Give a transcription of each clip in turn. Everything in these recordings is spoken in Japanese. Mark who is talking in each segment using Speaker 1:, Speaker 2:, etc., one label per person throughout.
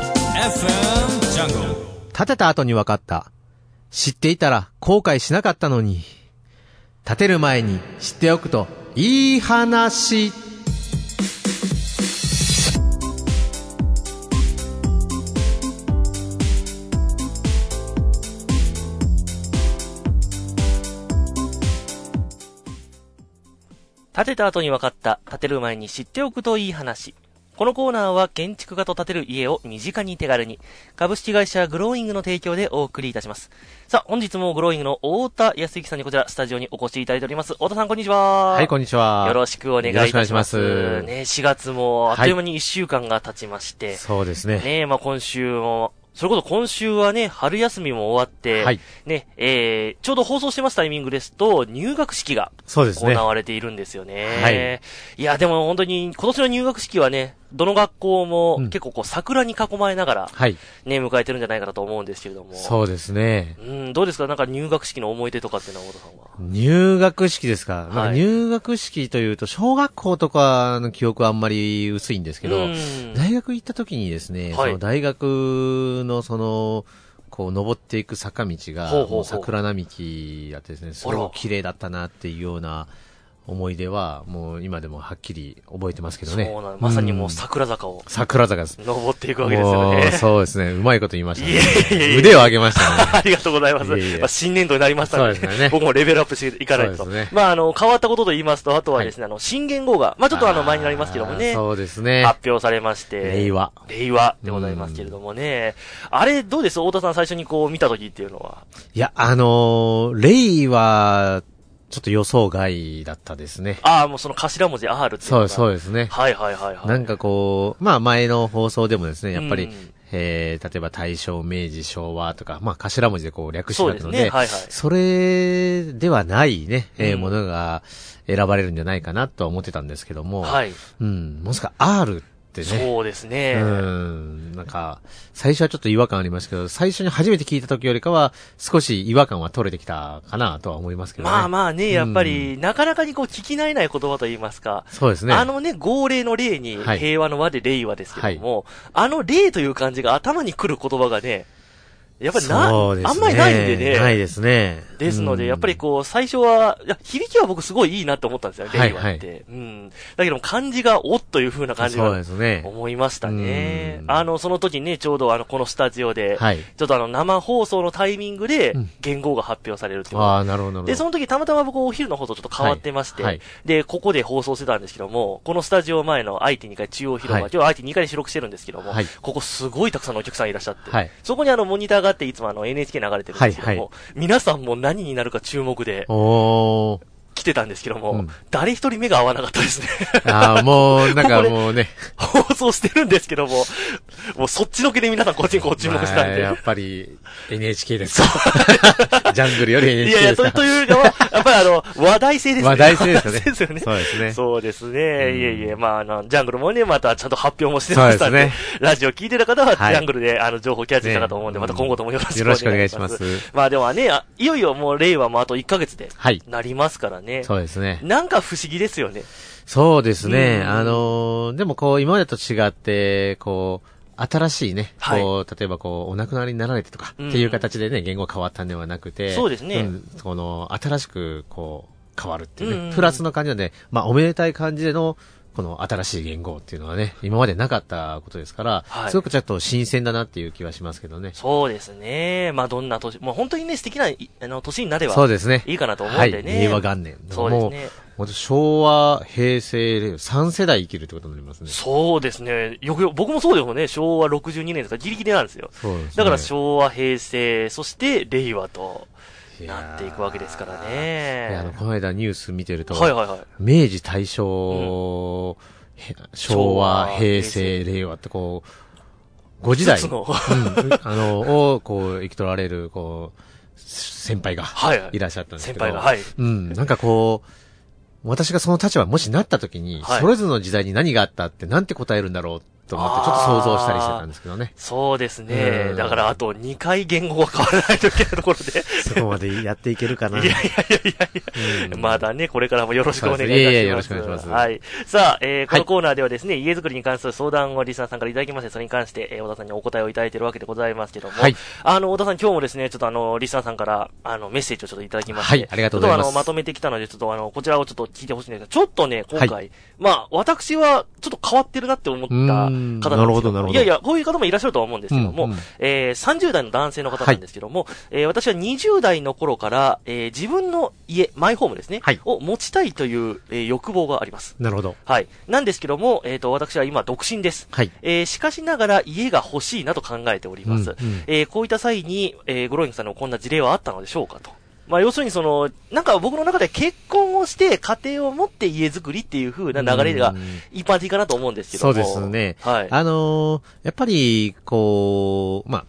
Speaker 1: FM Jungle.
Speaker 2: 建てた後に分かった。知っていたら後悔しなかったのに。建てる前に知っておくといい話。
Speaker 3: 建てた後に分かった、建てる前に知っておくといい話。このコーナーは建築家と建てる家を身近に手軽に、株式会社グローイングの提供でお送りいたします。さあ、本日もグローイングの太田康之さんにこちら、スタジオにお越しいただいております。太田さん、こんにちは。
Speaker 2: はい、こんにちは。
Speaker 3: よろしくお願いいたします。
Speaker 2: よろしくお願いします
Speaker 3: ね、4月もあっという間に1週間が経ちまして、
Speaker 2: そうですね。
Speaker 3: ね、まあ今週も、それこそ今週はね、春休みも終わって、
Speaker 2: はい
Speaker 3: ね、えー、ちょうど放送してますタイミングですと、入学式が
Speaker 2: そうですね。
Speaker 3: 行われているんですよね。
Speaker 2: はい
Speaker 3: い。や、でも本当に、今年の入学式はね、どの学校も
Speaker 2: うん
Speaker 3: 結構こう桜に囲まれながら
Speaker 2: はい。
Speaker 3: ね、迎えてるんじゃないかなと思うんですけれども。
Speaker 2: そうですね。
Speaker 3: う。ん、どうですかなんか入学式の思い出とかっていうのは、太田さんは。
Speaker 2: 入学式ですか。なんか
Speaker 3: はい
Speaker 2: 入学式というと、小学校とかの記憶はあんまり薄いんですけど、
Speaker 3: うん
Speaker 2: 大学行った時にですね、そ
Speaker 3: はい
Speaker 2: の大学のその、こう登っていく坂道が、
Speaker 3: ほうほうほう
Speaker 2: もう桜並木だってですね、すご
Speaker 3: あら
Speaker 2: く綺麗だったなっていうような思い出は、もう今でもはっきり覚えてますけどね。
Speaker 3: そうなの。まさにもう
Speaker 2: 桜。
Speaker 3: 桜坂を
Speaker 2: 桜坂です。
Speaker 3: 登っていくわけですよ
Speaker 2: もう
Speaker 3: ね。
Speaker 2: そうですね、うまいこと言いました
Speaker 3: いえいえい
Speaker 2: ね。
Speaker 3: え
Speaker 2: 腕を上げましたね。
Speaker 3: ありがとうございます。
Speaker 2: いえいえ
Speaker 3: まあ、新年度になりましたの
Speaker 2: そ
Speaker 3: で、
Speaker 2: うですよね
Speaker 3: 僕もレベルアップしていかない
Speaker 2: そ
Speaker 3: と。
Speaker 2: うですね
Speaker 3: まあ、あの、変わったことと言いますと、あとはですね、あの、新元号が、まあ、 ちょっとあの、
Speaker 2: ー
Speaker 3: 前になりますけどもね、
Speaker 2: そうですね。
Speaker 3: 発表されまして、
Speaker 2: 令和。
Speaker 3: 令和でございますけれどもね。あれ、どうです太田さん最初にこう見た時っていうのは。
Speaker 2: いや、あのー、レイは、ちょっと予想外だったですね。
Speaker 3: ああ、もうその頭文字 R っていうの
Speaker 2: そう
Speaker 3: が。
Speaker 2: そう
Speaker 3: う。
Speaker 2: ですね。
Speaker 3: はいはいはいはい。
Speaker 2: なんかこう、まあ前の放送でもですね、やっぱり、
Speaker 3: うん
Speaker 2: えー、例えば大正、明治、昭和とか、まあ頭文字でこう略して
Speaker 3: そう
Speaker 2: 書
Speaker 3: で
Speaker 2: く
Speaker 3: す
Speaker 2: の
Speaker 3: ね。
Speaker 2: で、
Speaker 3: はいはい。
Speaker 2: それではないね、えー
Speaker 3: うん
Speaker 2: ものが選ばれるんじゃないかなとは思ってたんですけども、
Speaker 3: はい。
Speaker 2: うん、もしか R ってね、
Speaker 3: そうですね。
Speaker 2: うん、なんか、最初はちょっと違和感ありますけど、最初に初めて聞いた時よりかは、少し違和感は取れてきたかなとは思いますけどね。
Speaker 3: まあまあね、やっぱり、なかなかにこう聞き慣れない言葉と言いますか、
Speaker 2: そうですね。
Speaker 3: あのね、号令の令に、
Speaker 2: はい
Speaker 3: 平和の和で令和ですけども、あの令という漢字が頭に来る言葉がね、やっぱりな、
Speaker 2: そうですね
Speaker 3: あんまりないんでね。
Speaker 2: ないですね。
Speaker 3: ですの
Speaker 2: う
Speaker 3: で、
Speaker 2: ん
Speaker 3: やっぱりこう、最初は、いや、響きは僕すごいいいなと思ったんですよ、令
Speaker 2: は
Speaker 3: 和っ
Speaker 2: い
Speaker 3: て。
Speaker 2: はい
Speaker 3: うん。だけども漢字がおっという風な感じ
Speaker 2: そう
Speaker 3: が
Speaker 2: ですね。
Speaker 3: 思いましたね
Speaker 2: う。ん
Speaker 3: あの、その時にね、ちょうどあの、このスタジオで、
Speaker 2: はい。
Speaker 3: ちょっとあの、生放送のタイミングで
Speaker 2: うん、
Speaker 3: 言語が発表されるっていうのが
Speaker 2: ああ、なるほど、なるほど。
Speaker 3: で、その時たまたま僕お昼の放送ちょっと変わってまして、
Speaker 2: はいはい
Speaker 3: で、ここで放送してたんですけども、このスタジオ前の IT2 階中央広場、
Speaker 2: はい
Speaker 3: 今日 IT2 階で収録してるんですけども、
Speaker 2: はい
Speaker 3: ここすごいたくさんのお客さんいらっしゃって、
Speaker 2: はい
Speaker 3: そこにあのモニターがあっていつもあの NHK 流れてるんですけども、
Speaker 2: はいはい
Speaker 3: 皆さんも何になるか注目で
Speaker 2: おー。
Speaker 3: 来てたんですけども、
Speaker 2: うん
Speaker 3: 誰一人目が合わなかっ たですね。
Speaker 2: ああ、もう、なん
Speaker 3: こ
Speaker 2: か
Speaker 3: れ
Speaker 2: もうね。
Speaker 3: 放送してるんですけども、もうそっちのけで皆さんこっちにこう注目した
Speaker 2: ま
Speaker 3: ん
Speaker 2: あ
Speaker 3: で。
Speaker 2: やっぱり、NHK です。 ジャングルより
Speaker 3: い
Speaker 2: NHK
Speaker 3: やい
Speaker 2: で
Speaker 3: や、
Speaker 2: す
Speaker 3: と
Speaker 2: か
Speaker 3: というよりかは、やっぱりあの、話題性ですね。
Speaker 2: 話題性ですよね
Speaker 3: 話題性ですよね。
Speaker 2: そうですね。
Speaker 3: そうですね。
Speaker 2: うん
Speaker 3: いえいえ、まあ、あの、ジャングルもね、またちゃんと発表もしてましたんで、
Speaker 2: そうで
Speaker 3: ラジオ聞いてた方は、ジ
Speaker 2: はい
Speaker 3: ャングルで、あの、情報キャッチしたかと思うんで、
Speaker 2: ね
Speaker 3: また今後ともよろしく
Speaker 2: よ
Speaker 3: お願
Speaker 2: ろ
Speaker 3: い
Speaker 2: しくお願い
Speaker 3: し
Speaker 2: し
Speaker 3: ま。
Speaker 2: ますす。
Speaker 3: まあでもね、あいよいよもう令和もあと1ヶ月で、
Speaker 2: はい。
Speaker 3: なりますからね。
Speaker 2: そうですね。
Speaker 3: なんか不思議ですよね。
Speaker 2: そうですね。
Speaker 3: うん
Speaker 2: あのーでもこう、今までと違って、こう、新しいね、
Speaker 3: はい
Speaker 2: こう、例えばこう、お亡くなりになられてとか、
Speaker 3: うん
Speaker 2: っていう形でね、言語が変わったんではなくて、
Speaker 3: そうですね
Speaker 2: んこの、新しく、こう、変わるっていうね、
Speaker 3: うんうん
Speaker 2: プラスの感じなんで、まあ、おめでたい感じでの、この新しい言語っていうのはね、今までなかったことですから、
Speaker 3: はい
Speaker 2: すごくちょっと新鮮だなっていう気はしますけどね。
Speaker 3: そうですね。まあどんな年、もう本当にね、素敵ないあの年になれば
Speaker 2: そうですね。
Speaker 3: いいかなと思う
Speaker 2: は
Speaker 3: ん
Speaker 2: い。
Speaker 3: でね。
Speaker 2: 令和元年。
Speaker 3: そうですね。
Speaker 2: もう、昭和、平成、令和3世代生きるってことになりますね。
Speaker 3: そうですね。よくよ、僕もそうですもんね。昭和62年ですから、ギリギリなんですよ。
Speaker 2: そうですね
Speaker 3: だから昭和、平成、そして令和と
Speaker 2: いやー
Speaker 3: なっていくわけですから
Speaker 2: いやあの、
Speaker 3: ね。
Speaker 2: この間ニュース見てると、
Speaker 3: はいはいはい。
Speaker 2: 明治、大正、へ昭
Speaker 3: 昭
Speaker 2: 和、
Speaker 3: 和
Speaker 2: 平成、令和ってこう、5時代、
Speaker 3: 五つの
Speaker 2: うんあの、をこう、生きとられる、こう、先輩が
Speaker 3: はいはい
Speaker 2: いらっしゃったんですけ
Speaker 3: 先
Speaker 2: ど、
Speaker 3: 輩が、はい。
Speaker 2: うん、なんかこう、私がその立場にもしなった時に、
Speaker 3: はい
Speaker 2: それぞれの時代に何があったってなんて答えるんだろうっと思って、ちょっと想像したりしてたんですけどね。
Speaker 3: そうですね
Speaker 2: う。ん
Speaker 3: だから、あと2回言語が変わらないといけないところで。
Speaker 2: そこまでやっていけるかな。
Speaker 3: いやいやいやいや、
Speaker 2: うん
Speaker 3: まだね、これからもよろしくお願いいたします。
Speaker 2: いやいやよろしくお願いします
Speaker 3: はい。さあ、えーこ
Speaker 2: は
Speaker 3: の
Speaker 2: い
Speaker 3: コーナーではですね、家づくりに関する相談をリスナーさんからいただきまして、それに関して、えー小田さんにお答えをいただいているわけでございますけども、
Speaker 2: はい
Speaker 3: あの、小田さん今日もですね、ちょっとあの、リスナーさんから、あの、メッセージをちょっといただきまして、
Speaker 2: はいありがとうございます
Speaker 3: ちょっとあの、まとめてきたので、ちょっとあの、こちらをちょっと聞いてほしいんですが、ちょっとね、今回、
Speaker 2: は
Speaker 3: まあ、私はちょっと変わってるなって思った方なんですけど
Speaker 2: うーんなるほどなるほど
Speaker 3: いやいや、こういう方もいらっしゃるとは思うんですけども、
Speaker 2: うんうん
Speaker 3: えー30代の男性の方なんですけども、えー私は20代の頃から、えー自分の家、マイホームですね、
Speaker 2: はい
Speaker 3: を持ちたいという、えー欲望があります。
Speaker 2: なるほど。
Speaker 3: はい。なんですけども、えっ、と、私は今独身です。
Speaker 2: はい。
Speaker 3: えーしかしながら家が欲しいなと考えております。
Speaker 2: うんうん
Speaker 3: えーこういった際に、えーゴロインさんのこんな事例はあったのでしょうかと。まあ、要するにその、なんか僕の中で結婚をして家庭を持って家づくりっていう風な流れが
Speaker 2: うん
Speaker 3: 一般的かなと思うんですけど
Speaker 2: そう
Speaker 3: も。
Speaker 2: ですね。
Speaker 3: はい。
Speaker 2: あのーやっぱり、こう、まあ、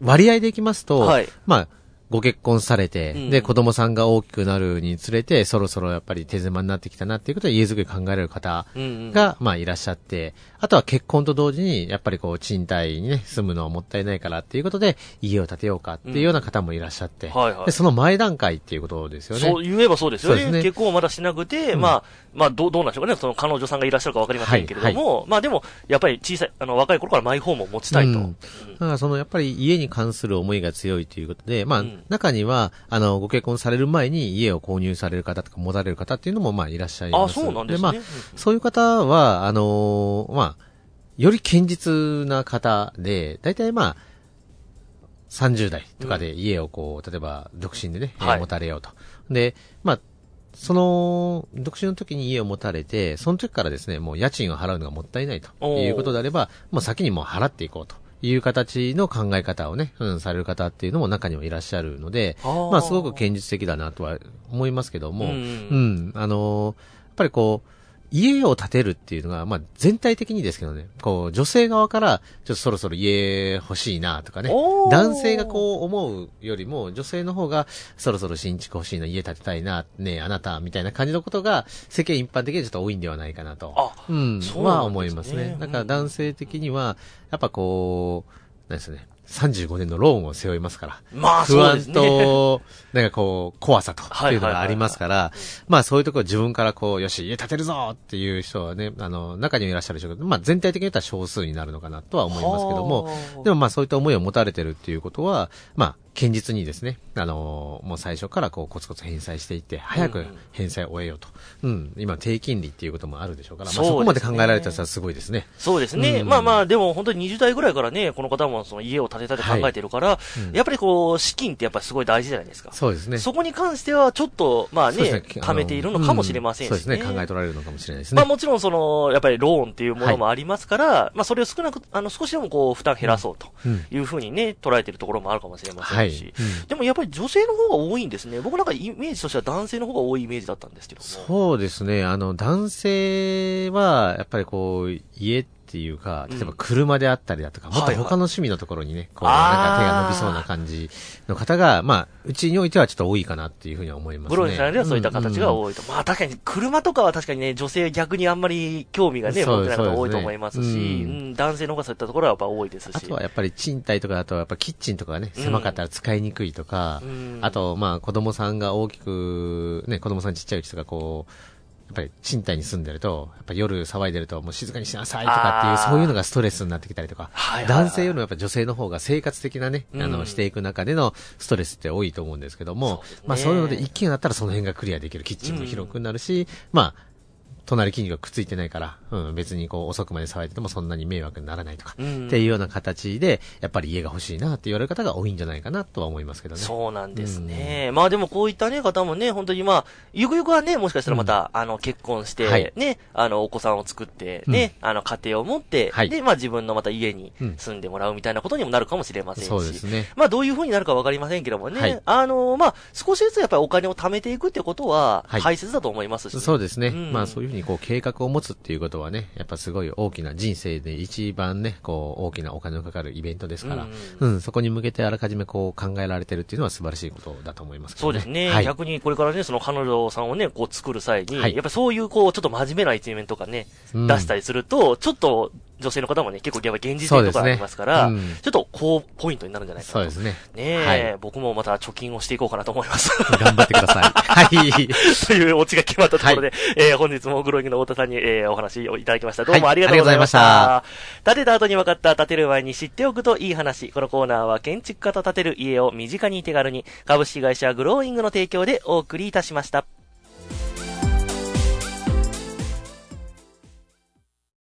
Speaker 2: 割合でいきますと、
Speaker 3: はい
Speaker 2: まあ、ご結婚されて、
Speaker 3: うん
Speaker 2: で、子供さんが大きくなるにつれて、そろそろやっぱり手狭になってきたなっていうことで家づくり考えられる方
Speaker 3: うんうん
Speaker 2: が、まあ、いらっしゃって、あとは結婚と同時に、やっぱりこう、賃貸にね、住むのはもったいないからっていうことで、家を建てようかっていうような方もいらっしゃって、
Speaker 3: うんはいはい
Speaker 2: でその前段階っていうことですよね。
Speaker 3: そう言えばそうですよね。
Speaker 2: そうですね
Speaker 3: 結婚はまだしなくて、
Speaker 2: うん
Speaker 3: まあ、まあ、どう、どうなんでしょうかね。その彼女さんがいらっしゃるかわかりませんけれども、まあでも、やっぱり小さい、あの、若い頃からマイホームを持ちたいと。
Speaker 2: う
Speaker 3: うん
Speaker 2: んだからそのやっぱり家に関する思いが強いということで、まあ、
Speaker 3: うん
Speaker 2: 中には、あの、ご結婚される前に家を購入される方とか持たれる方っていうのも、まあ、いらっしゃいます。
Speaker 3: あそうなんですね
Speaker 2: まあ
Speaker 3: うんうん、
Speaker 2: そういう方は、あのーまあ、より堅実な方で、大体まあ、30代とかで家をこう、例えば、独身でね、えー
Speaker 3: はい
Speaker 2: 持たれようと。で、まあ、その、独身の時に家を持たれて、その時からですね、もう家賃を払うのがもったいないと
Speaker 3: おー
Speaker 2: いうことであれば、もう先にもう払っていこうという形の考え方をね、うん、される方っていうのも中にはいらっしゃるので
Speaker 3: あー、
Speaker 2: まあすごく堅実的だなとは思いますけども、
Speaker 3: うん
Speaker 2: うん、あのーやっぱりこう、家を建てるっていうのが、まあ全体的にですけどね、こう女性側から、ちょっとそろそろ家欲しいなとかね
Speaker 3: おー、
Speaker 2: 男性がこう思うよりも、女性の方が、そろそろ新築欲しいな、家建てたいな、ねえ、あなた、みたいな感じのことが、世間一般的にはちょっと多いんではないかなと。
Speaker 3: あ
Speaker 2: うん、
Speaker 3: そうなんですね
Speaker 2: は思いますね。だか
Speaker 3: う
Speaker 2: ら
Speaker 3: ん
Speaker 2: 男性的には、やっぱこう、なんですかね、35年のローンを背負いますから。
Speaker 3: まあ、
Speaker 2: 不
Speaker 3: そうで
Speaker 2: 安
Speaker 3: すね。
Speaker 2: と、なんかこう、怖さと、って
Speaker 3: はい
Speaker 2: いうのがありますから、まあそういうところ自分からこう、よし、家建てるぞっていう人はね、あの、中にはいらっしゃるでしょうけど、まあ全体的に言ったら少数になるのかなとは思いますけども
Speaker 3: はあ、
Speaker 2: でもまあそういった思いを持たれてるっていうことは、まあ、堅実にですね、あのもう最初からこう、コツコツ返済していって、早
Speaker 3: うん
Speaker 2: く
Speaker 3: うん
Speaker 2: 返済を終えようと。うん、今低金利っていうこともあるでしょうから、ま
Speaker 3: そ
Speaker 2: あ
Speaker 3: うですね
Speaker 2: そこまで考えられた人はすごいですね。
Speaker 3: そうですね。
Speaker 2: うん
Speaker 3: まあまあ、でも本当に20代ぐらいからね、この方もその家を建てたいと考えてるから、やっぱりこう、資金ってやっぱりすごい大事じゃないですか。
Speaker 2: そうですね。
Speaker 3: そこに関しては、ちょっと、まあ
Speaker 2: そう
Speaker 3: ね、
Speaker 2: ですあの
Speaker 3: 貯めているのかもしれませんし、
Speaker 2: うそうですね。考え取られるのかもしれないですね。
Speaker 3: まあもちろんその、やっぱりローンっていうものもありますから、まあそれを少なく、あの少しでもこう負担減らそうと
Speaker 2: うん
Speaker 3: いうふうにね、捉えてるところもあるかもしれませんし、
Speaker 2: はいうん
Speaker 3: でもやっぱり女性の方が多いんですね。僕なんかイメージとしては男性の方が多いイメージだったんですけども。
Speaker 2: そうですね。あの、男性は、やっぱりこう、家っていうか、例えば車であったりだとか、
Speaker 3: うん
Speaker 2: もっと
Speaker 3: はいはい
Speaker 2: 他の趣味のところにね、こう、
Speaker 3: あー
Speaker 2: なんか手が伸びそうな感じの方が、まあ、うちにおいてはちょっと多いかなっていうふうには思いますね。
Speaker 3: ブロインさんではそういった形が
Speaker 2: い。
Speaker 3: 多いと。まあ確かに車とかは確かにね、女性逆にあんまり興味がね、
Speaker 2: そ
Speaker 3: 持っ
Speaker 2: う
Speaker 3: て
Speaker 2: で
Speaker 3: な
Speaker 2: す
Speaker 3: い方が多いと思いますし、
Speaker 2: そうですねう
Speaker 3: う
Speaker 2: ん
Speaker 3: ん男性の方がそういったところはやっぱ多いですし。
Speaker 2: あとはやっぱり賃貸とかだと、やっぱキッチンとかがね、
Speaker 3: うん
Speaker 2: 狭かったら使いにくいとか
Speaker 3: うん、
Speaker 2: あと、まあ、子供さんが大きく、ね、子供さんちっちゃいうちとかこう、やっぱり賃貸に住んでると、やっぱ夜騒いでると、もう静かにしなさいとかって
Speaker 3: あ
Speaker 2: い
Speaker 3: ー
Speaker 2: う、そういうのがストレスになってきたりとか
Speaker 3: はいはいはい、
Speaker 2: 男性よりもやっぱ女性の方が生活的なね、あ
Speaker 3: う
Speaker 2: の、
Speaker 3: ん
Speaker 2: していく中でのストレスって多いと思うんですけども
Speaker 3: そうですね、
Speaker 2: まあそういうので一気になったらその辺がクリアできる、キッチンも広くなるし、まあ、隣近所がくっついてないから、うん、別にこう遅くまで騒いでてもそんなに迷惑にならないとか、
Speaker 3: うん
Speaker 2: っていうような形で、やっぱり家が欲しいなって言われる方が多いんじゃないかなとは思いますけどね。
Speaker 3: そうなんですね。まあでもこういったね、方もね、本当にまあ、ゆくゆくはね、もしかしたらまた、あの、結婚して、
Speaker 2: はい
Speaker 3: ね、あの、お子さんを作って、ね、あの、家庭を持って、
Speaker 2: はい
Speaker 3: で、まあ自分のまた家に
Speaker 2: うん
Speaker 3: 住んでもらうみたいなことにもなるかもしれませんし。
Speaker 2: そうですね
Speaker 3: まあどういうふうになるかわかりませんけどもね、
Speaker 2: はい
Speaker 3: あの、まあ、少しずつやっぱりお金を貯めていくってことは、
Speaker 2: はい
Speaker 3: 大切だと思いますし、
Speaker 2: そうですね。
Speaker 3: うん
Speaker 2: まあそういうふうにこう計画を持つっていうことはね、やっぱすごい大きな人生で一番ね、こう大きなお金のかかるイベントですから、
Speaker 3: う
Speaker 2: うん、そこに向けてあらかじめこう考えられてるっていうのは素晴らしいことだと思いますけど
Speaker 3: そう
Speaker 2: ね。
Speaker 3: ですね、
Speaker 2: はい。
Speaker 3: 逆にこれからね、その彼女さんをね、こう作る際に、
Speaker 2: はい
Speaker 3: やっぱそういうこう、ちょっと真面目な一面とかね、
Speaker 2: うん
Speaker 3: 出したりすると、ちょっと女性の方もね、結構やっぱ現実
Speaker 2: そう
Speaker 3: 性
Speaker 2: で
Speaker 3: と
Speaker 2: す
Speaker 3: かあ
Speaker 2: ね
Speaker 3: りますから、
Speaker 2: うん
Speaker 3: ちょっと高ポイントになるんじゃないかなと。
Speaker 2: そうですね。
Speaker 3: ねえ、
Speaker 2: はい
Speaker 3: 僕もまた貯金をしていこうかなと思います。
Speaker 2: 頑張ってください。はい。
Speaker 3: というオチが決まったところで、えー本日もグロイングの太田さんに、えーお話をいただきました。どうも
Speaker 2: はい
Speaker 3: ありがとうございました。
Speaker 2: あ
Speaker 3: 建てた後に分かった、建てる前に知っておくといい話。このコーナーは建築家と建てる家を身近に手軽に、株式会社グローイングの提供でお送りいたしました。